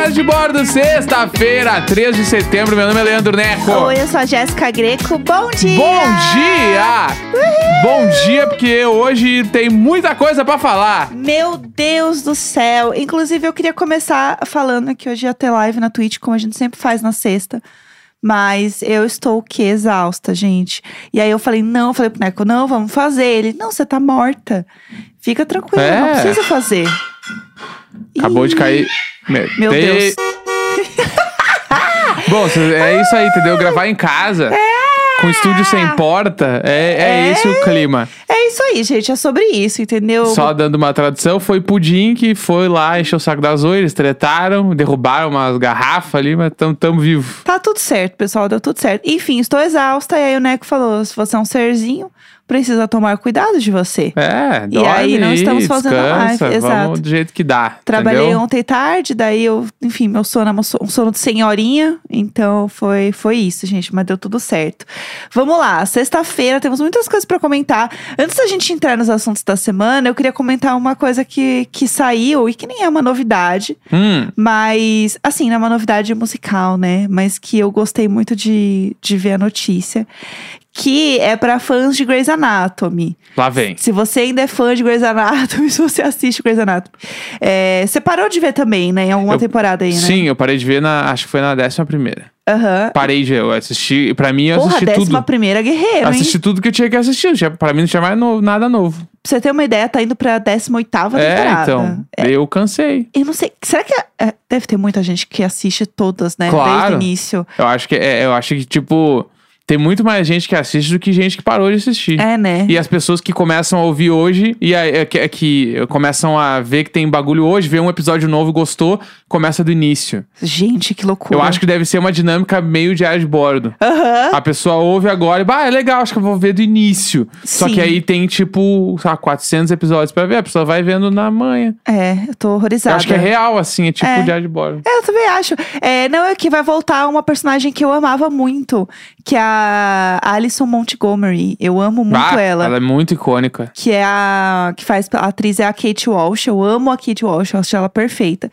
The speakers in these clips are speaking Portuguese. começando sexta-feira, 3 de setembro. Meu nome é Leandro Neco. Oi, eu sou a Jéssica Greco. Bom dia! Bom dia! Bom dia, porque hoje tem muita coisa pra falar. Meu Deus do céu! Inclusive, eu queria começar falando que hoje ia ter live na Twitch, como a gente sempre faz na sexta. Mas eu estou o quê? Exausta, gente. E aí eu falei, não, eu falei pro Neco, não, vamos fazer. Ele, não, você tá morta. Fica tranquila, É. não precisa fazer. Acabou de cair. Meu Deus. Bom, cê- é isso aí, entendeu? Gravar em casa. Com estúdio sem porta, é, é É. esse o clima. É isso aí, gente. É sobre isso, entendeu? Só dando uma tradução, foi Pudim que foi lá, encheu o saco das oias, eles tretaram, derrubaram umas garrafas ali, mas tamo, tamo vivo. Tá tudo certo, pessoal, deu tudo certo. Enfim, estou exausta. E aí o Neco falou: se você é um serzinho, precisa tomar cuidado de você. É, E aí, dorme não aí, estamos fazendo descansa, live, vamos exato. do jeito que dá, Trabalhei entendeu? ontem tarde, daí eu, enfim, meu sono é um so- um sono de senhorinha, então foi, foi isso, gente, mas deu tudo certo. Vamos lá, sexta-feira temos muitas coisas pra comentar. Antes da gente entrar nos assuntos da semana, eu queria comentar uma coisa que, que saiu e que nem é uma novidade, Hum, mas, assim, não é uma novidade musical, né? Mas que eu gostei muito de, de ver a notícia. Que é pra fãs de Grey's Anatomy. lá vem. Se você ainda é fã de Grey's Anatomy, se você assiste Grey's Anatomy. É, você parou de ver também, né? Em alguma Eu- temporada aí, né? Sim, eu parei de ver na, acho que foi na décima primeira. Aham. Parei de, eu assisti, pra mim eu Porra, assisti décima tudo. primeira guerreiro, hein? Assisti tudo que eu tinha que assistir, não tinha- pra mim não tinha mais no- nada novo. Pra você ter uma ideia, tá indo pra 18 temporada. É, então, eu cansei. Eu não sei, será que... é, deve ter muita gente que assiste todas, né? Claro. Desde o início. Eu acho que, é, eu acho que tipo, tem muito mais gente que assiste do que gente que parou de assistir. É, né? E as pessoas que começam a ouvir hoje e aí, é que, é que começam a ver que tem bagulho hoje, vê um episódio novo, gostou, começa do início. Gente, que loucura. Eu acho que deve ser uma dinâmica meio diário de bordo. Aham. A pessoa ouve agora e, bah, é legal, acho que eu vou ver do início. Só Sim. que aí tem, tipo, sei lá, 400 episódios pra ver, a pessoa vai vendo na manhã. É, eu tô horrorizada. Eu acho que é real, assim, é tipo É. diário de bordo. É, eu também acho. É, não, é que vai voltar uma personagem que eu amava muito, que é a Alison Montgomery. Eu amo muito Ah, ela. Ela é muito icônica. Que é a. que faz. A atriz é a Kate Walsh. Eu amo a Kate Walsh, eu acho ela perfeita.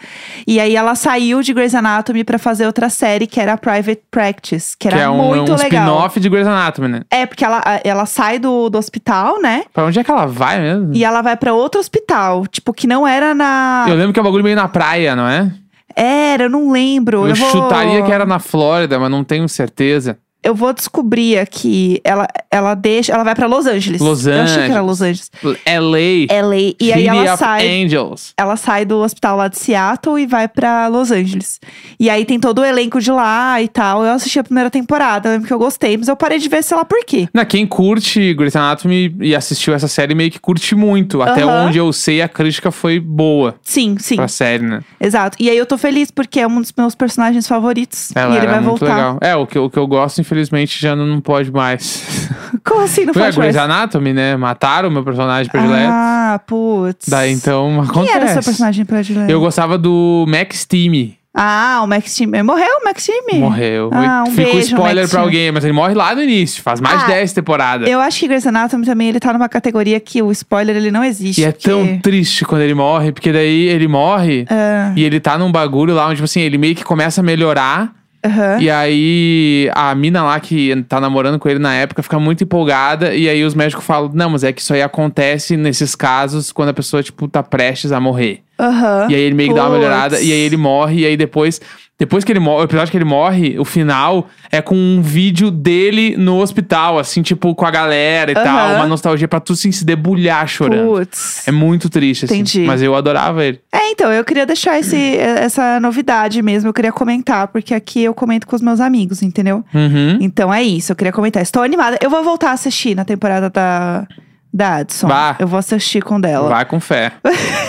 E aí ela saiu de Grey's Anatomy pra fazer outra série que era Private Practice, que era que é um, muito um legal. spin-off de Grey's Anatomy, né? É, porque ela, ela sai do, do hospital, né? Pra onde é que ela vai mesmo? E ela vai pra outro hospital, tipo, que não era na. Eu lembro que é um bagulho meio na praia, não é? Era, eu não lembro. Eu, eu vou- chutaria que é- era na Flórida, mas não tenho certeza. Eu vou descobrir aqui. Ela, ela deixa. Ela vai pra Los Angeles. Los Eu achei que era Los Angeles. LA. LA. É, E aí É City ela of sai. Angels. Ela sai do hospital lá de Seattle e vai pra Los Angeles. E aí tem todo o elenco de lá e tal. Eu assisti a primeira temporada, eu lembro que eu gostei, mas eu parei de ver, sei lá por quê. Na, quem curte Grey's Anatomy e assistiu essa série meio que curte muito. Até Aham. onde eu sei, a crítica foi boa Sim, sim, pra série, né? exato. E aí eu tô feliz porque é um dos meus personagens favoritos. Ela e ele era vai muito voltar. legal. É, o que, eu- o que eu gosto, infelizmente, já não, não pode mais. Como assim? Não Foi a faz Grey's mais? Anatomy, né? Mataram o meu personagem predileto. Ah, putz. Daí então Quem acontece. era o seu personagem predileto? Eu gostava do Max Team. Ah, o Max Team. Morreu o Max Team? Morreu. Ah, um Fica o beijo, spoiler Max pra Team. alguém, mas ele morre lá no início. Faz mais de Ah, 10 temporadas. Eu acho que Grey's Anatomy também, ele tá numa categoria que o spoiler, ele não existe. E é tão porque- triste quando ele morre, porque daí ele morre Ah, e ele tá num bagulho lá onde, tipo assim, ele meio que começa a melhorar. aham. E aí a mina lá que tá namorando com ele na época fica muito empolgada. E aí os médicos falam: Não, mas é que isso aí acontece nesses casos quando a pessoa, tipo, tá prestes a morrer. Aham. E aí ele meio que dá uma Puts. melhorada, e aí ele morre, e aí depois. Depois que ele morre, o episódio que ele morre, o final é com um vídeo dele no hospital, assim, tipo, com a galera e Aham. tal. Uma nostalgia pra tu assim, se debulhar chorando. Putz. É muito triste, assim. Entendi. Mas eu adorava ele. É, então, eu queria deixar esse- essa novidade mesmo, eu queria comentar, porque aqui eu comento com os meus amigos, entendeu? Uhum. Então é isso, eu queria comentar. Estou animada. Eu vou voltar a assistir na temporada da, da Addison. Vá. Eu vou assistir com dela. Vai com fé.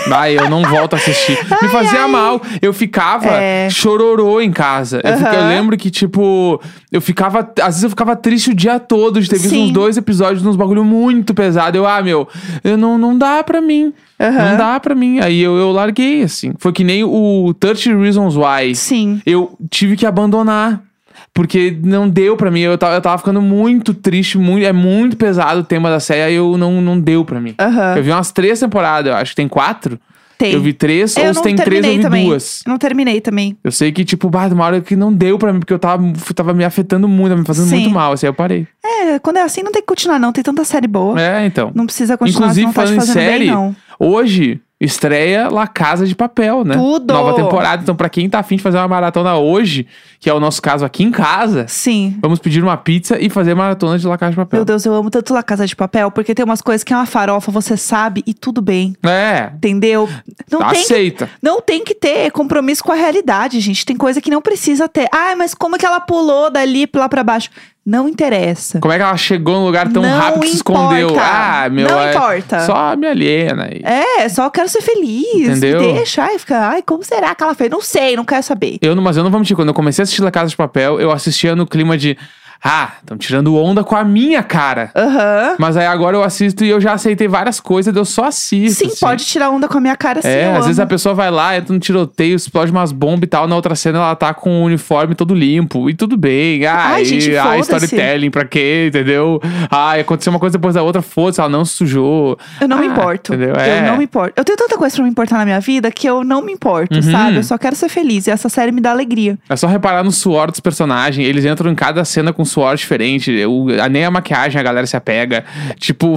Vai, eu não volto a assistir. Me fazia mal. Eu ficava É. chororô em casa. Eu, fica- eu Aham. lembro que, tipo, eu ficava. Às vezes eu ficava triste o dia todo de ter visto Sim. uns dois episódios de uns bagulho muito pesado. Eu, ah, meu, eu não, não dá pra mim. Aham. Não dá pra mim. Aí eu, eu larguei, assim. Foi que nem o 30 Reasons Why. Sim. Eu tive que abandonar. Porque não deu pra mim. Eu tava, eu tava ficando muito triste, muito, é muito pesado o tema da série. Aí eu não, não deu pra mim. Aham. Eu vi umas três temporadas, eu acho que tem quatro. Tem. Eu vi três, Eu ou se não tem três, eu terminei vi também. duas. Não terminei também. Eu sei que, tipo, bah, uma hora que não deu pra mim, porque eu tava, tava me afetando muito, tava me fazendo Sim. muito mal, assim, aí eu parei. É, quando é assim não tem que continuar não, tem tanta série boa. É, então. Não precisa continuar, Inclusive, se não tá te falando em fazendo série, bem não. Hoje, estreia La Casa de Papel, né? Tudo! Nova temporada. Então, pra quem tá afim de fazer uma maratona hoje, que é o nosso caso aqui em casa, Sim. vamos pedir uma pizza e fazer maratona de La Casa de Papel. Meu Deus, eu amo tanto La Casa de Papel, porque tem umas coisas que é uma farofa, você sabe e tudo bem. É, Entendeu? Não Tá tem que aceita. Não tem que ter compromisso com a realidade, gente. Tem coisa que não precisa ter. Ah, mas como que ela pulou dali lá pra baixo? Não interessa. Como é que ela chegou num lugar tão Não rápido que se escondeu? importa. Ah, meu. Não é- importa. Só me aliena. aí. É, só quero ser feliz. Entendeu? Me deixa. Ai, fica, ai, como será que ela fez? Não sei, não quero saber. Eu não, mas eu não vou mentir. Quando eu comecei a assistir La Casa de Papel, eu assistia no clima de. Ah, estão tirando onda com a minha cara. Aham. Mas aí agora eu assisto e eu já aceitei várias coisas, eu só assisto. Sim, assim. pode tirar onda com a minha cara, sim. É, eu às vezes a amo. pessoa vai lá, entra no tiroteio, explode umas bombas e tal. Na outra cena ela tá com o uniforme todo limpo e tudo bem. Ah, Ai, e, gente, ah, foda-se. storytelling pra quê, entendeu? Ah, aconteceu uma coisa depois da outra, foda-se, ela não se sujou. Eu não me Ah, importo. entendeu? Eu É. não me importo. Eu tenho tanta coisa pra me importar na minha vida que eu não me importo, Uhum. sabe? Eu só quero ser feliz. E essa série me dá alegria. É só reparar no suor dos personagens. Eles entram em cada cena com suor diferente. Eu, a- nem a maquiagem a galera se apega. Tipo,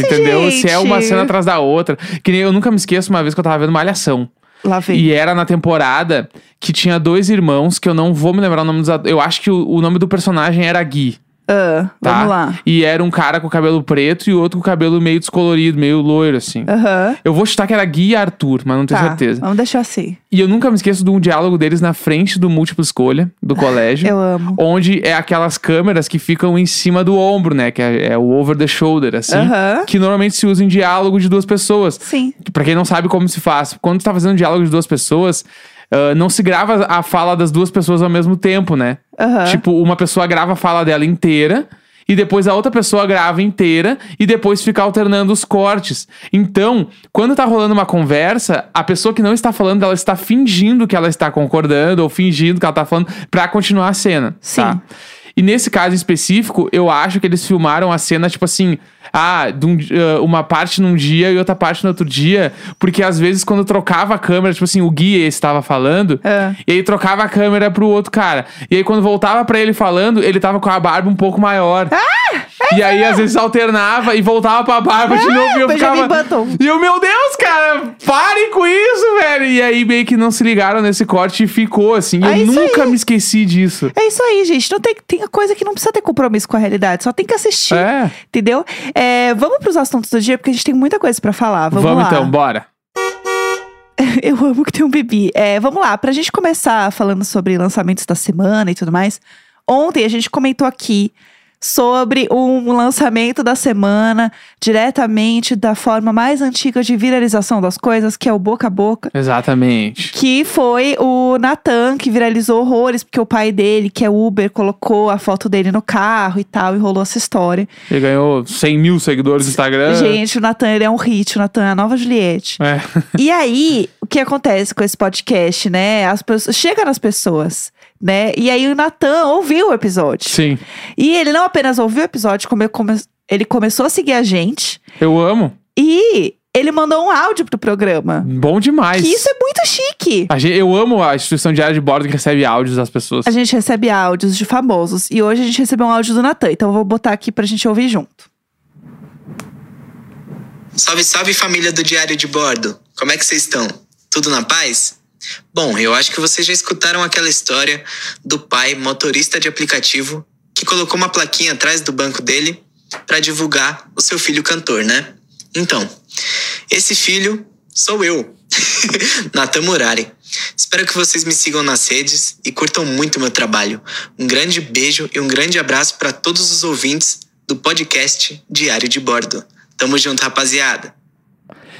Foda-se, entendeu? Se é uma gente. cena atrás da outra. Que nem eu nunca me esqueço uma vez que eu tava vendo Malhação. Lá vem. E era na temporada que tinha dois irmãos que eu não vou me lembrar o nome dos atores. Eu acho que o, o nome do personagem era Gui, Ah, tá? Vamos lá. E era um cara com cabelo preto e outro com cabelo meio descolorido, meio loiro, assim. Aham. Eu vou chutar que era Gui e Arthur, mas não tenho Tá, certeza. Vamos deixar assim. E eu nunca me esqueço de um diálogo deles na frente do múltipla escolha do colégio. Eu amo. Onde é aquelas câmeras que ficam em cima do ombro, né? Que é, é o over the shoulder, assim. Aham. Que normalmente se usa em diálogo de duas pessoas. Sim. Que Pra quem não sabe como se faz, quando tu tá fazendo diálogo de duas pessoas, ah, não se grava a fala das duas pessoas ao mesmo tempo, né? Aham. Tipo, uma pessoa grava a fala dela inteira. E depois a outra pessoa grava inteira e depois fica alternando os cortes. Então, quando tá rolando uma conversa, a pessoa que não está falando, ela está fingindo que ela está concordando ou fingindo que ela tá falando pra continuar a cena. Sim. tá? E nesse caso específico, eu acho que eles filmaram a cena, tipo assim, ah, de um di- ah, uma parte num dia e outra parte no outro dia. Porque às vezes, quando trocava a câmera, tipo assim, o guia estava falando, É. e aí trocava a câmera pro outro cara. E aí, quando voltava pra ele falando, ele tava com a barba um pouco maior. Ah, é E aí, às vezes, alternava e voltava pra barba de novo e eu Ah, Benjamin ficava. Button. E eu, meu Deus, cara, parem com isso, velho. E aí, meio que não se ligaram nesse corte e ficou assim. É eu isso nunca me esqueci disso. É isso aí, gente. Não tem, tem coisa que não precisa ter compromisso com a realidade, só tem que assistir. É. Entendeu? É, vamos pros assuntos do dia, porque a gente tem muita coisa pra falar. Vamos, lá. então, bora. Eu amo que tem um bebê. É, vamos lá, pra gente começar falando sobre lançamentos da semana e tudo mais. Ontem a gente comentou aqui sobre um lançamento da semana diretamente da forma mais antiga de viralização das coisas, que é o boca a boca. Exatamente. Que foi o Natan que viralizou horrores, porque o pai dele, que é Uber, colocou a foto dele no carro e tal, e rolou essa história. Ele ganhou 100 mil seguidores no Instagram. Gente, o Natan, ele é um hit, o Natan é a nova Juliette. É. E aí, o que acontece com esse podcast, né? As pessoas, chega nas pessoas, né? E aí o Natan ouviu o episódio. Sim. E ele não apenas ouviu o episódio, como come- ele começou a seguir a gente Eu amo. e ele mandou um áudio pro programa. Bom demais. Que isso é muito chique. A gente- eu amo a instituição diária de bordo que recebe áudios das pessoas. A gente recebe áudios de famosos e hoje a gente recebeu um áudio do Natan, então eu vou botar aqui pra gente ouvir junto. Salve, salve família do Diário de Bordo. Como é que vocês estão? Tudo na paz? Bom, eu acho que vocês já escutaram aquela história do pai motorista de aplicativo que colocou uma plaquinha atrás do banco dele para divulgar o seu filho cantor, né? Então, esse filho sou eu, Natan Murari. Espero que vocês me sigam nas redes e curtam muito meu trabalho. Um grande beijo e um grande abraço para todos os ouvintes do podcast Diário de Bordo. Tamo junto, rapaziada.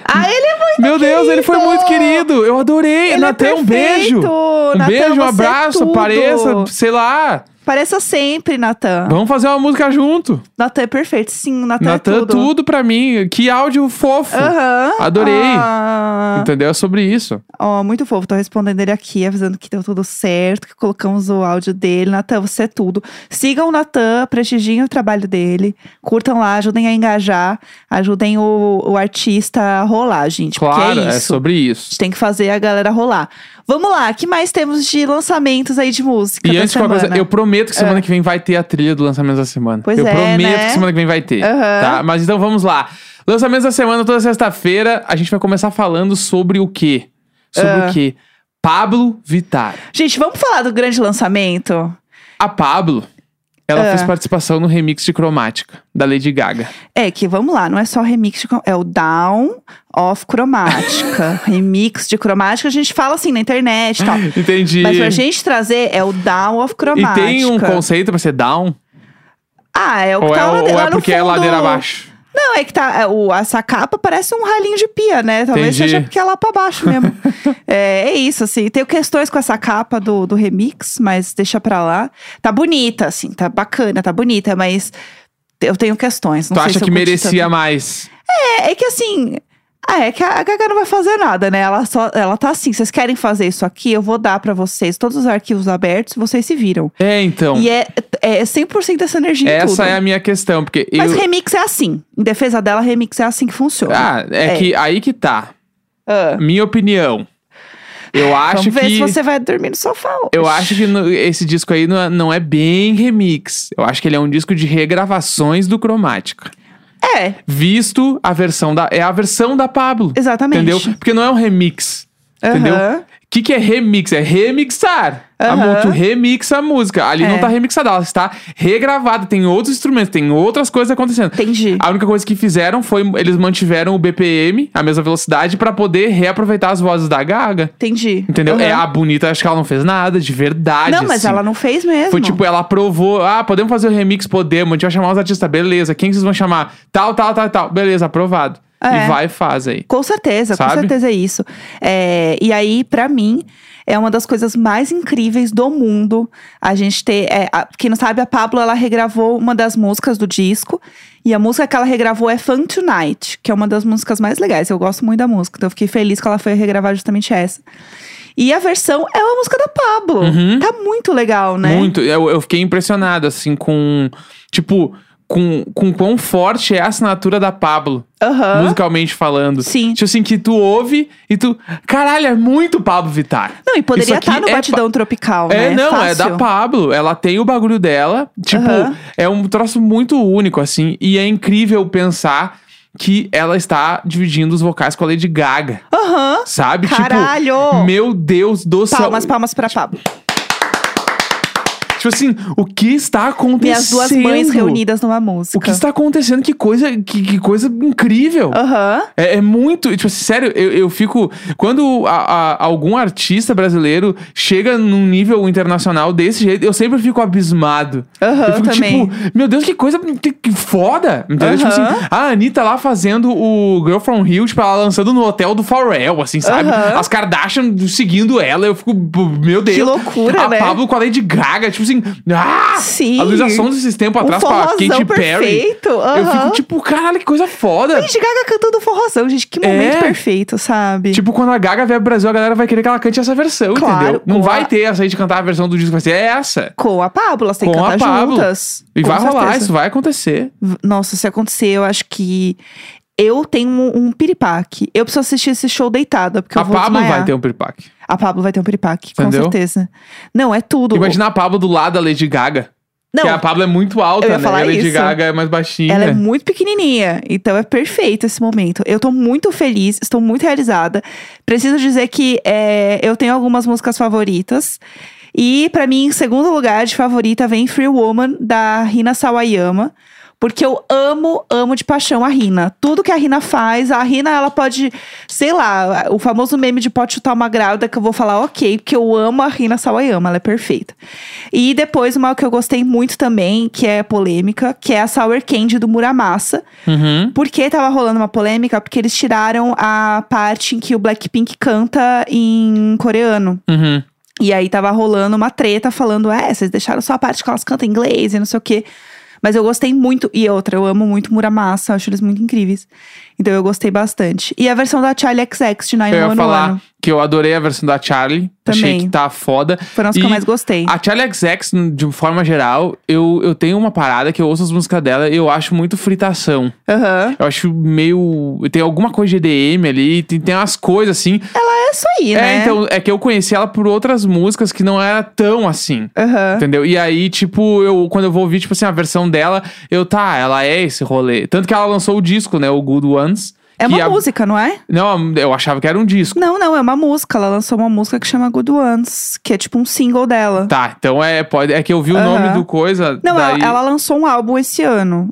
Ah, ele é muito Meu Deus, ele querido! foi muito querido. Eu adorei. Ele é Natan, um beijo. perfeito! Um Natan, beijo, um você é abraço, tudo! apareça, sei lá. Pareça sempre, Natan. Vamos fazer uma música junto. Natan é perfeito. Sim, o Natan é Natan, tudo. tudo. pra mim. Que áudio fofo. Aham. Adorei. Ah. Entendeu? É sobre isso. Ó, muito fofo, tô respondendo ele aqui, avisando que deu tudo certo, que colocamos o áudio dele. Natan, você é tudo. Sigam o Natan, prestigiem o trabalho dele, curtam lá, ajudem a engajar, ajudem o, o artista a rolar, gente. Claro, porque é é, isso. sobre A isso. gente tem que fazer a galera rolar. Vamos lá, que mais temos de lançamentos aí de música? E da antes de qualquer coisa, semana? É. eu prometo que semana que vem vai ter a trilha do lançamento da semana. Pois eu é, prometo né? que semana que vem vai ter. Aham. Tá? Mas então vamos lá. Lançamentos da semana, toda sexta-feira, a gente vai começar falando sobre o quê? Sobre Ah. o quê? Pablo Vittar. Gente, vamos falar do grande lançamento? A Pablo, ela Ah. fez participação no remix de cromática da Lady Gaga. É que, vamos lá, não é só remix de... cro- É o down of cromática. remix de cromática, a gente fala assim na internet e tal. Entendi. Mas pra gente trazer é o down of e cromática. tem um conceito pra ser down? Ah, é o que Ou é, tá lá, ou de- lá é no porque é fundo. ladeira abaixo? Não, é que tá. é, o, essa capa parece um ralinho de pia, né? Talvez Entendi. seja porque é lá pra baixo mesmo. é, é isso, assim. Tenho questões com essa capa do, do remix, mas deixa pra lá. Tá bonita, assim, tá bacana, tá bonita, mas eu tenho questões. Não tu sei acha se eu que curti merecia mais? É, é que assim. Ah, é que a Gaga não vai fazer nada, né? Ela, só, ela tá assim, vocês querem fazer isso aqui? Eu vou dar pra vocês todos os arquivos abertos, vocês se viram. É, então. E é, é 100% dessa energia em Essa tudo. é a minha questão, porque Mas eu. remix é assim. Em defesa dela, remix é assim que funciona. Ah, é, É. que aí que tá. Ah, Minha opinião. Eu acho Vamos ver que. se você vai dormir no sofá hoje. Eu acho que no- esse disco aí não é, não é bem remix. Eu acho que ele é um disco de regravações do Cromática. É, Visto a versão da. É a versão da Pablo. exatamente. Entendeu? Porque não é um remix. Entendeu? O Aham. que, que é remix? É remixar. A Aham. mu- tu remixa a música. Ali não É. tá remixada, ela está regravada. Tem outros instrumentos, tem outras coisas acontecendo. Entendi. A única coisa que fizeram foi eles mantiveram o BPM, a mesma velocidade, pra poder reaproveitar as vozes da Gaga. Entendi. Entendeu? Aham. É a bonita, acho que ela não fez nada, de verdade. Não, mas assim. ela não fez mesmo. Foi tipo, ela aprovou. Ah, podemos fazer o remix? Podemos. A gente vai chamar os artistas. Beleza. Quem vocês vão chamar? Tal, tal, tal, tal. Beleza, aprovado. É. E vai e faz aí. Com certeza, Sabe? com certeza é isso. É, e aí, pra mim, é uma das coisas mais incríveis do mundo. A gente ter. é, a- quem não sabe, a Pablo ela regravou uma das músicas do disco. E a música que ela regravou é Fun Tonight, que é uma das músicas mais legais. Eu gosto muito da música, então eu fiquei feliz que ela foi regravar justamente essa. E a versão é uma música da Pablo. Tá muito legal, né? Uhum. Muito. Eu, eu fiquei impressionado, assim, com. Tipo, com, com quão forte é a assinatura da Pablo, Aham. musicalmente falando. Sim. Tipo assim, que tu ouve e tu. Caralho, é muito Pablo Vittar. Não, e poderia Isso aqui estar no é batidão tropical, É, né? não, é Fácil. da Pablo. Ela tem o bagulho dela. Tipo, Aham. é um troço muito único, assim. E é incrível pensar que ela está dividindo os vocais com a Lady Gaga. Aham. Sabe? Caralho! Tipo, meu Deus do céu. Palmas, palmas pra Pablo. Tipo assim, o que está acontecendo? Minhas duas mães reunidas numa música. O que está acontecendo? Que coisa, que, que coisa incrível. Aham. É, é muito. Tipo, assim, sério, eu, eu fico. Quando a- a- algum artista brasileiro chega num nível internacional desse jeito, eu sempre fico abismado. Aham, eu fico também. tipo, meu Deus, que coisa que, que foda. Entendeu? Tipo assim, Aham. a Anitta lá fazendo o Girl from Hill, tipo, ela lançando no hotel do Pharrell, assim, sabe? Aham. As Kardashian seguindo ela, eu fico, meu Deus. Que loucura, a né? Pablo com a Lady Gaga, tipo assim, ah! Sim. A Luísa Sons esses tempos atrás um com a forrozão Katy Perry. perfeito. Eu aham. fico tipo, caralho, que coisa foda. Lady Gaga cantando um forrozão, gente. Que momento É. perfeito, sabe? Tipo, quando a Gaga vier pro Brasil, a galera vai querer que ela cante essa versão, Claro, entendeu? Não com vai a- ter essa aí de cantar a versão do disco, vai ser é essa. com a Pablo, elas têm que com a cantar Pablo. juntas. E Com vai rolar, certeza. isso vai acontecer. V- Nossa, se acontecer, eu acho que... Eu tenho um, um piripaque. Eu preciso assistir esse show deitada, porque a eu vou Pablo desmaiar. vai ter um piripaque. A Pablo vai ter um piripaque, com Entendeu? certeza. Não, é tudo. Imagina a Pablo do lado da Lady Gaga. Não, Que a Pablo é muito alta, eu ia né? falar e a Lady isso. Gaga é mais baixinha. Ela é muito pequenininha, então é perfeito esse momento. Eu tô muito feliz, estou muito realizada. Preciso dizer que é, eu tenho algumas músicas favoritas. E pra mim, em segundo lugar de favorita, vem Free Woman, da Rina Sawayama. Porque eu amo, amo de paixão a Rina. Tudo que a Rina faz, a Rina, ela pode, sei lá, o famoso meme de pode chutar uma grávida que eu vou falar ok, porque eu amo a Rina Sawayama, ela é perfeita. E depois uma que eu gostei muito também, que é polêmica, que é a Sour Candy do Muramasa. Uhum. Por que tava rolando uma polêmica? Porque eles tiraram a parte em que o Blackpink canta em coreano. Uhum. E aí tava rolando uma treta falando: é, vocês deixaram só a parte que elas cantam inglês e não sei o quê. Mas eu gostei muito. E outra, eu amo muito Muramassa, eu acho eles muito incríveis. Então eu gostei bastante. E a versão da Charlie XX de Eu ia 911 falar que eu adorei a versão da Charlie. Achei Também. que tá foda. foram as que eu E mais gostei. A Charlie XX, de forma geral, eu, eu tenho uma parada que eu ouço as músicas dela e eu acho muito fritação. Aham. Eu acho meio. Tem alguma coisa de EDM ali, tem, tem umas coisas assim. É isso aí, é, né? então, é que eu conheci ela por outras músicas que não era tão assim. Aham. Entendeu? E aí, tipo, eu quando eu vou ouvir, tipo assim, a versão dela, eu tá, ela é esse rolê. Tanto que ela lançou o disco, né? O Good Ones. É que uma a- música, não é? Não, eu achava que era um disco. Não, não, é uma música. Ela lançou uma música que chama Good Ones, que é tipo um single dela. Tá, então é, pode, é que eu vi o Aham. nome do coisa. Não, ela- daí... ela, lançou um álbum esse ano.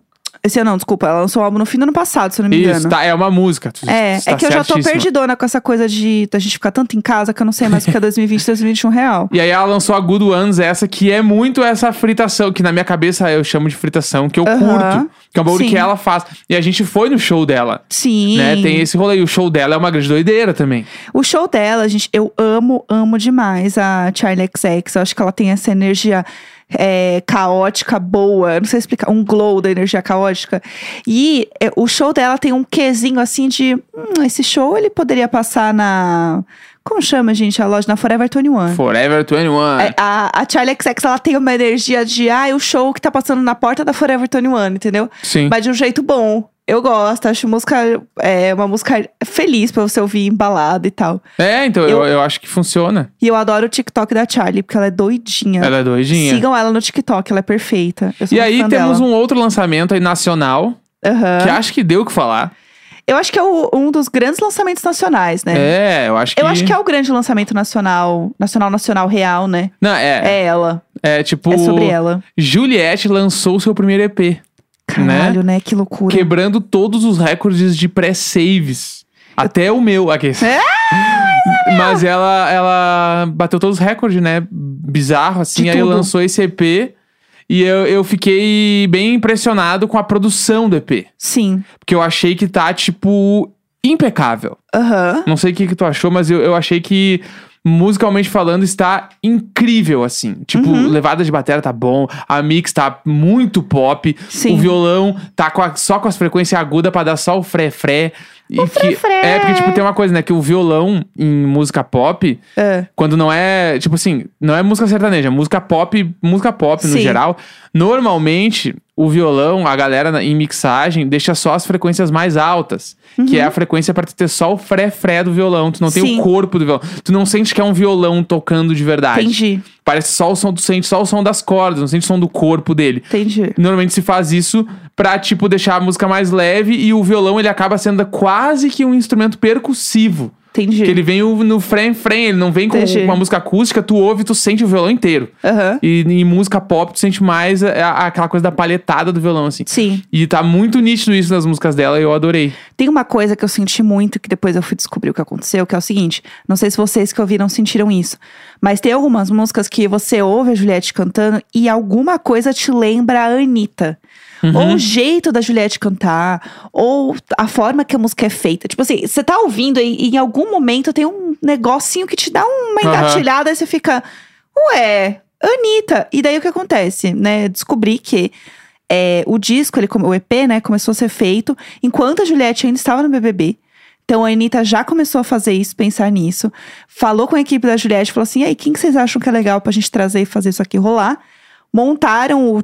Esse ano não, desculpa. Ela lançou um álbum no fim do ano passado, se eu não me engano. Isso, tá, é uma música. Tu- É, tu tá é que eu já tô certíssima. perdidona com essa coisa de da gente ficar tanto em casa que eu não sei mais o que é 2020, 2021 real. E aí ela lançou a Good Ones, essa que é muito essa fritação, que na minha cabeça eu chamo de fritação, que eu Aham. curto. Que é um bagulho Sim. que ela faz. E a gente foi no show dela, Sim. né? Tem esse rolê. E o show dela é uma grande doideira também. O show dela, gente, eu amo, amo demais a Charlie XX. Eu acho que ela tem essa energia é, caótica boa. Eu Não sei explicar. Um glow da energia caótica. E é, o show dela tem um quezinho assim de. Hum, esse show ele poderia passar na. Como chama, gente, a loja? Na Forever 21. Forever 21. Ah. É, A, a Charlie XX, ela tem uma energia de, ah, é o show que tá passando na porta da Forever 21, entendeu? Sim. Mas de um jeito bom. Eu gosto, acho música, é, uma música feliz pra você ouvir embalada e tal. É, então eu, eu- eu acho que funciona. E eu adoro o TikTok da Charlie, porque ela é doidinha. Ela é doidinha. Sigam ela no TikTok, ela é perfeita. Eu sou E muito aí fã temos dela. um outro lançamento aí nacional, Aham. que acho que deu o que falar. Eu acho que é o- um dos grandes lançamentos nacionais, né? É, eu acho que. Eu acho que é o grande lançamento nacional, nacional, nacional real, né? Não, é. É, ela. É, tipo. É sobre ela. Juliette lançou o seu primeiro EP, Caralho, né? Que loucura. quebrando todos os recordes de pré-saves. Até o meu, É, aqui. Mas ela, ela bateu todos os recordes, né? Bizarro, assim. De aí tudo. lançou esse EP. E eu, eu fiquei bem impressionado com a produção do EP. Sim. Porque eu achei que tá, tipo, impecável. Aham. Não sei o que, que tu achou, mas eu, eu achei que, musicalmente falando, está incrível, assim. Tipo, Uhum. levada de bateria tá bom, a mix tá muito pop, Sim. o violão tá com a- só com as frequências agudas pra dar só o fré-fré. E que- fré-fré. É, porque, tipo, tem uma coisa, né? Que o violão em música pop, É. quando não é, tipo assim, não é música sertaneja, é música pop, música pop no Sim. geral. Normalmente, o violão, a galera na- em mixagem deixa só as frequências mais altas, que é a frequência pra tu ter só o fré-fré do violão, tu não tem Uhum. Sim. o corpo do violão. Tu não sente que é um violão tocando de verdade. Entendi, Parece só o som, tu sente só o som das cordas, não sente o som do corpo dele. entendi. Normalmente se faz isso pra, tipo, deixar a música mais leve e o violão ele acaba sendo quase que um instrumento percussivo. Entendi. Que ele vem o- no frame frame, ele não vem com Entendi. uma música acústica, tu ouve, tu sente o violão inteiro. Aham. E em música pop, tu sente mais a- a- aquela coisa da palhetada do violão, assim. Sim. E tá muito nítido isso nas músicas dela, e eu adorei. Tem uma coisa que eu senti muito, que depois eu fui descobrir o que aconteceu, que é o seguinte: não sei se vocês que ouviram sentiram isso, mas tem algumas músicas que você ouve a Juliette cantando e alguma coisa te lembra a Anitta. Uhum. Ou o jeito da Juliette cantar, ou a forma que a música é feita. Tipo assim, você tá ouvindo e em algum momento tem um negocinho que te dá uma Aham. engatilhada e você fica, ué, Anitta. E daí o que acontece, né? Descobri que é, o disco, ele, come- o EP, né, começou a ser feito enquanto a Juliette ainda estava no BBB. Então a Anitta já começou a fazer isso, pensar nisso. Falou com a equipe da Juliette, falou assim: e aí, quem que vocês acham que é legal pra gente trazer e fazer isso aqui rolar? Montaram o,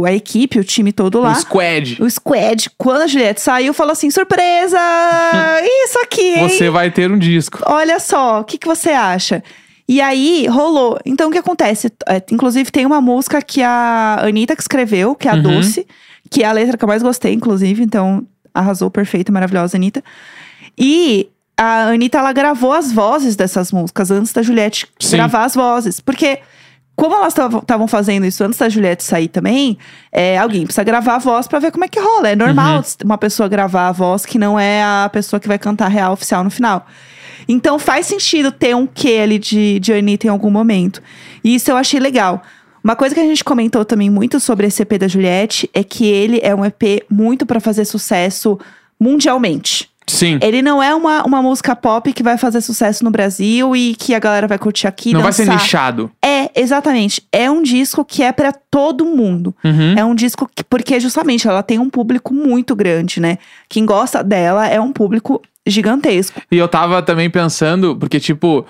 o- a equipe, o time todo lá. O Um Squad. O squad, quando a Juliette saiu, falou assim: surpresa! Isso aqui! hein? Você vai ter um disco. Olha só, o que, que você acha? E aí, rolou. Então, o que acontece? É, inclusive, tem uma música que a Anitta que escreveu, que é a Uhum. Doce, que é a letra que eu mais gostei, inclusive. Então, arrasou, perfeita, maravilhosa, Anitta. E a Anitta, ela gravou as vozes dessas músicas antes da Juliette Sim. gravar as vozes. Porque, como elas estavam fazendo isso antes da Juliette sair também, é, alguém precisa gravar a voz pra ver como é que rola. É normal uma pessoa gravar a voz que não é a pessoa que vai cantar real oficial no final. Então faz sentido ter um quê ali de, de Anitta em algum momento. E isso eu achei legal. Uma coisa que a gente comentou também muito sobre esse EP da Juliette é que ele é um EP muito pra fazer sucesso mundialmente. Sim. Ele não é uma, uma música pop que vai fazer sucesso no Brasil e que a galera vai curtir aqui. não vai dançar. ser nichado. É, exatamente. É um disco que é pra todo mundo. Uhum. É um disco que, porque justamente ela tem um público muito grande, né? Quem gosta dela é um público gigantesco. E eu tava também pensando, porque, tipo,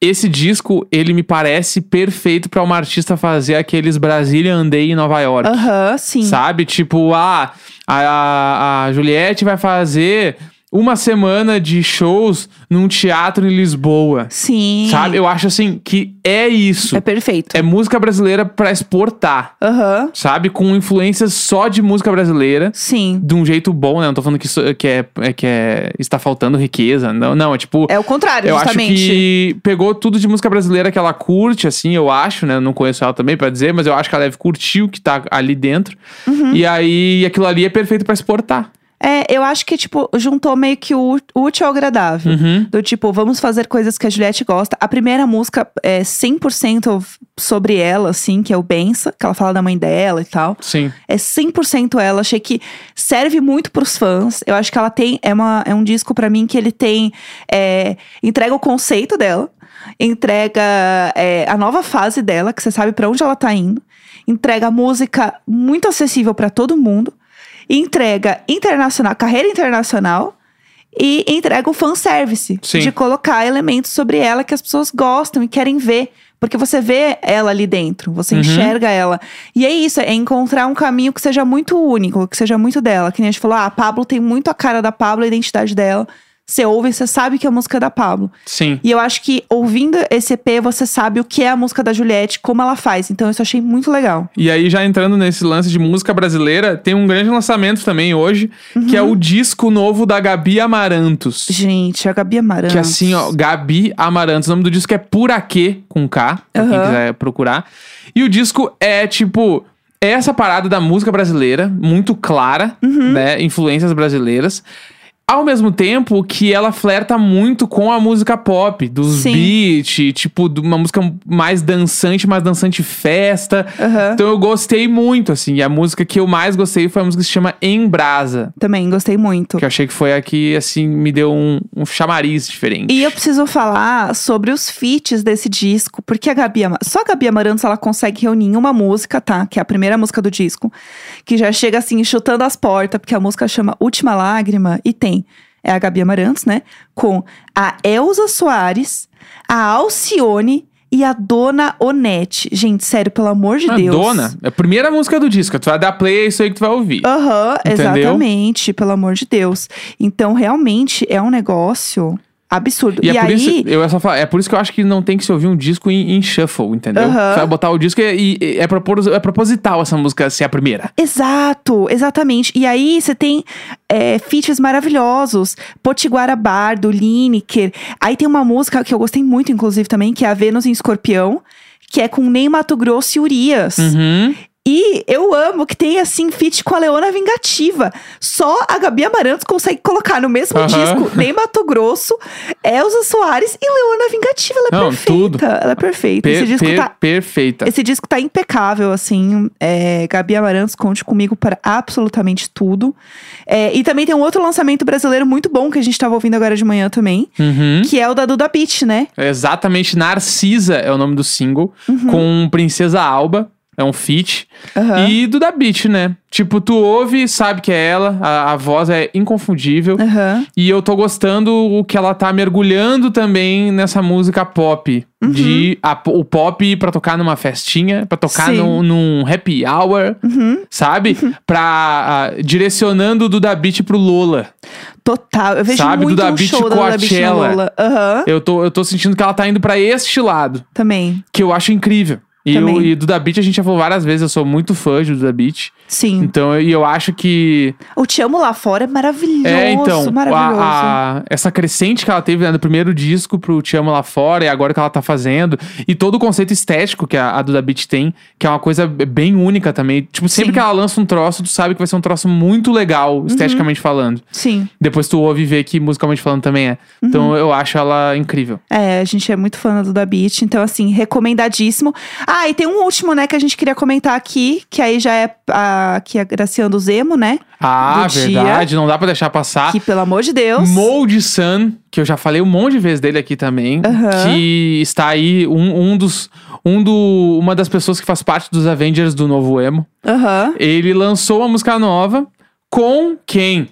esse disco, ele me parece perfeito pra uma artista fazer aqueles Brasília Andei em Nova York. Aham, sim. Sabe? Tipo, ah, a, a, a Juliette vai fazer uma semana de shows num teatro em Lisboa. Sim. Sabe? Eu acho assim que é isso. É perfeito. É música brasileira pra exportar, Aham. sabe? Com influências só de música brasileira. Sim. De um jeito bom, né? Não tô falando que, isso, que, é, é que é, está faltando riqueza. Não, não é tipo. É o contrário, Eu acho justamente. que pegou tudo de música brasileira que ela curte, assim, eu acho, né? Eu Não conheço ela também pra dizer, mas eu acho que ela deve curtir o que tá ali dentro. E aí aquilo ali é perfeito pra exportar. É, eu acho que, tipo, juntou meio que o ú- útil ao agradável. Uhum. Do tipo, vamos fazer coisas que a Juliette gosta. A primeira música é 100% sobre ela, assim, que é o Bença, que ela fala da mãe dela e tal. Sim. É 100% ela. Achei que serve muito pros fãs. Eu acho que ela tem. É, uma, é um disco pra mim que ele tem. é, entrega o conceito dela, entrega é, a nova fase dela, que você sabe pra onde ela tá indo, entrega música muito acessível pra todo mundo, entrega internacional, carreira internacional. E entrega o fanservice Sim. de colocar elementos sobre ela que as pessoas gostam e querem ver. Porque você vê ela ali dentro, você Uhum. enxerga ela. E é isso, é encontrar um caminho que seja muito único, que seja muito dela. Que nem a gente falou, ah, a Pablo tem muito a cara da Pablo, a identidade dela. Você ouve, você sabe que é a música da Pablo. Sim. E eu acho que ouvindo esse EP, você sabe o que é a música da Juliette, como ela faz. Então isso eu achei muito legal. E aí, já entrando nesse lance de música brasileira, tem um grande lançamento também hoje, que é o disco novo da Gabi Amarantos. Gente, a Gabi Amarantos. Que assim, ó, Gabi Amarantos. O nome do disco é Puraquê, com K, pra quem Aham. quiser procurar. E o disco é, tipo, essa parada da música brasileira, muito clara, Uhum. né? Influências brasileiras. Ao mesmo tempo que ela flerta muito com a música pop, dos Sim. beats, tipo, de uma música mais dançante, mais dançante festa. Aham. Então eu gostei muito, assim. E a música que eu mais gostei foi a música que se chama Em Brasa. Também gostei muito. Que eu achei que foi a que, assim, me deu um, um chamariz diferente. E eu preciso falar sobre os feats desse disco, porque a Gabi, Ama- só a Gabi Amarantos ela consegue reunir em uma música, tá? Que é a primeira música do disco, que já chega assim chutando as portas, porque a música chama Última Lágrima e tem é a Gabi Amarantos, né? Com a Elza Soares, a Alcione e a Dona Onete. Gente, sério, pelo amor de Ah, Deus. Dona, é a primeira música do disco. Tu vai dar play, é isso aí que tu vai ouvir. Ah, Aham, Entendeu? exatamente, pelo amor de Deus. Então, realmente é um negócio absurdo. E, é, por aí isso, eu ia só falar, é por isso que eu acho que não tem que se ouvir um disco em, em shuffle, entendeu? Aham. Tu vai botar o disco e, e- é, propos- é proposital essa música ser a primeira. Exato, exatamente. E aí você tem é, features maravilhosos. Potiguara Bardo, Lineker. Aí tem uma música que eu gostei muito, inclusive, também, que é a Vênus em Escorpião. Que é com Ney Mato Grosso e Urias. Uhum. E eu amo que tem, assim, feat com a Leona Vingativa. Só a Gabi Amarantos consegue colocar no mesmo Aham. disco Ney Mato Grosso, Elza Soares e Leona Vingativa. Ela é Não, perfeita. tudo. Ela é perfeita. Per- Esse disco per- tá Perfeita. esse disco tá impecável, assim. É, Gabi Amarantos, conte comigo para absolutamente tudo. É, e também tem um outro lançamento brasileiro muito bom que a gente tava ouvindo agora de manhã também, Uhum. que é o da Duda Beat, né? É Exatamente, Narcisa é o nome do single, Uhum. com Princesa Alba. É um feat. Aham. E do Da Beat, né? Tipo, tu ouve, sabe que é ela, a, a voz é inconfundível. Aham. E eu tô gostando o que ela tá mergulhando também nessa música pop. Uhum. De a- o pop pra tocar numa festinha, pra tocar Sim. num, num happy hour, Uhum. sabe? Pra. ah, direcionando o Duda Beat pro Lola. Total. Eu vejo Sabe, muito Duda um Beat show da Duda Beat no Coachella. Lola. Aham. Eu tô, eu tô sentindo que ela tá indo pra este lado, Também. que eu acho incrível. E, Também. o, e Duda Beat a gente já falou várias vezes, eu sou muito fã de Duda Beat. Sim. Então, eu- e eu acho que O Te Amo Lá Fora é maravilhoso. É, então, maravilhoso. a- a- essa crescente que ela teve né, no primeiro disco pro Te Amo Lá Fora e agora que ela tá fazendo, e todo o conceito estético que a, a Duda Beat tem, que é uma coisa b- bem única também. Tipo, sempre Sim. Uhum. que ela lança um troço, tu sabe que vai ser um troço muito legal, esteticamente falando. Sim. Depois tu ouve e vê que musicalmente falando também é. Uhum. Então eu acho ela incrível. É, a gente é muito fã da Duda Beat, então assim, recomendadíssimo. Ah, Ah, e tem um último, né, que a gente queria comentar aqui, que aí já é a, que é Graciando Zemo, né? Ah, do dia. verdade, não dá pra deixar passar. Que, pelo amor de Deus. Mold Sun, que eu já falei um monte de vezes dele aqui também, Aham. que está aí um, um dos um do uma das pessoas que faz parte dos Avengers do novo emo. Aham. Ele lançou uma música nova com quem?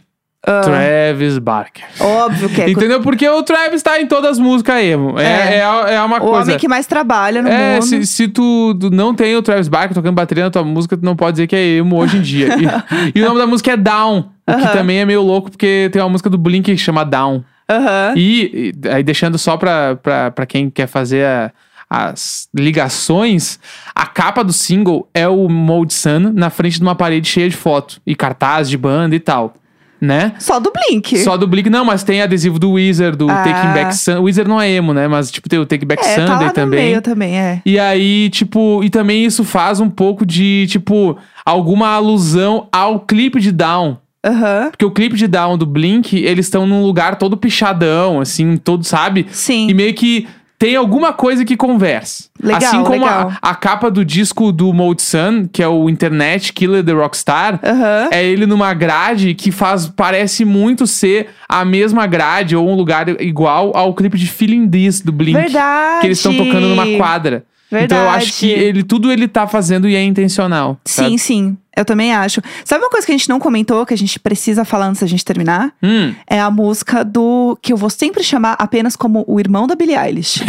Travis Barker. Óbvio Ah. que é. Entendeu? Porque o Travis tá em todas as músicas emo. É, é. É. a- é uma o coisa. homem que mais trabalha no É, mundo. se, se tu tu não tem o Travis Barker tocando bateria na tua música, tu não pode dizer que é emo hoje em dia. E, e o nome da música é Down, o que Aham. também é meio louco, porque tem uma música do Blink que chama Down. Aham. E, e aí, deixando só pra, pra, pra quem quer fazer a- as ligações, a capa do single é o Mold Sun na frente de uma parede cheia de foto e cartaz de banda e tal, né? Só do Blink. Só do Blink, não, mas tem adesivo do Wizard, do Ah. Taking Back Sun. Wizard não é emo, né? Mas, tipo, tem o Take Back é, Sunday tá lá no também. meio também, é. E aí, tipo, e também isso faz um pouco de, tipo, alguma alusão ao clipe de Down. Aham. Porque o clipe de Down do Blink, eles estão num lugar todo pichadão, assim, todo, sabe? Sim. E meio que tem alguma coisa que conversa. Legal, assim como legal. A, a capa do disco do Mold Sun, que é o Internet Killer the Rockstar, Aham. é ele numa grade que faz parece muito ser a mesma grade ou um lugar igual ao clipe de Feeling This do Blink, Verdade. que eles estão tocando numa quadra. Verdade. Então eu acho que ele tudo ele tá fazendo e é intencional. Sim, sim. Eu também acho. Sabe uma coisa que a gente não comentou, que a gente precisa falar antes da gente terminar? sabe? Hum, É a música do. que eu vou sempre chamar apenas como o irmão da Billie Eilish.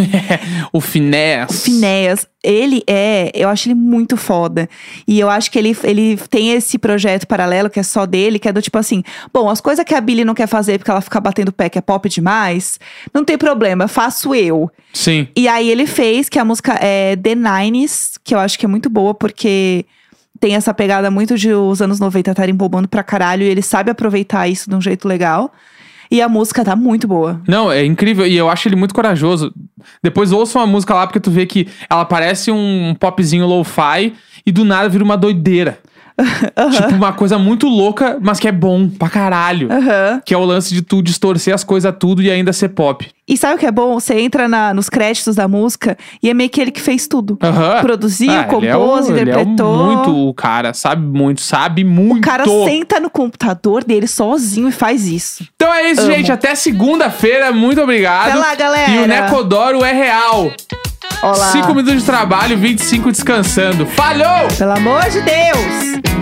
o finesse. Finéas, ele é, eu acho ele muito foda. E eu acho que ele, ele tem esse projeto paralelo que é só dele, que é do tipo assim: bom, as coisas que a Billy não quer fazer porque ela fica batendo pé que é pop demais, não tem problema, faço eu. Sim. E aí ele fez, que a música é The Nines, que eu acho que é muito boa, porque tem essa pegada muito de os anos 90 estarem bombando pra caralho, e ele sabe aproveitar isso de um jeito legal. E a música tá muito boa. Não, é incrível. E eu acho ele muito corajoso. Depois ouça uma música lá, porque tu vê que ela parece um popzinho lo-fi e do nada vira uma doideira. Tipo, uma coisa muito louca, mas que é bom pra caralho. Aham. Que é o lance de tu distorcer as coisas tudo e ainda ser pop. E sabe o que é bom? Você entra na- nos créditos da música e é meio que ele que fez tudo. Aham. Produziu, Ah, ele é o- compôs, ele é o interpretou. muito o cara, sabe muito, sabe muito. O cara senta no computador dele sozinho e faz isso. Então é isso, Amo. gente. Até segunda-feira. Muito obrigado. Até lá, galera. E o Necodoro é real. Olá. 5 minutos de trabalho, 25 descansando. Falhou! Pelo amor de Deus!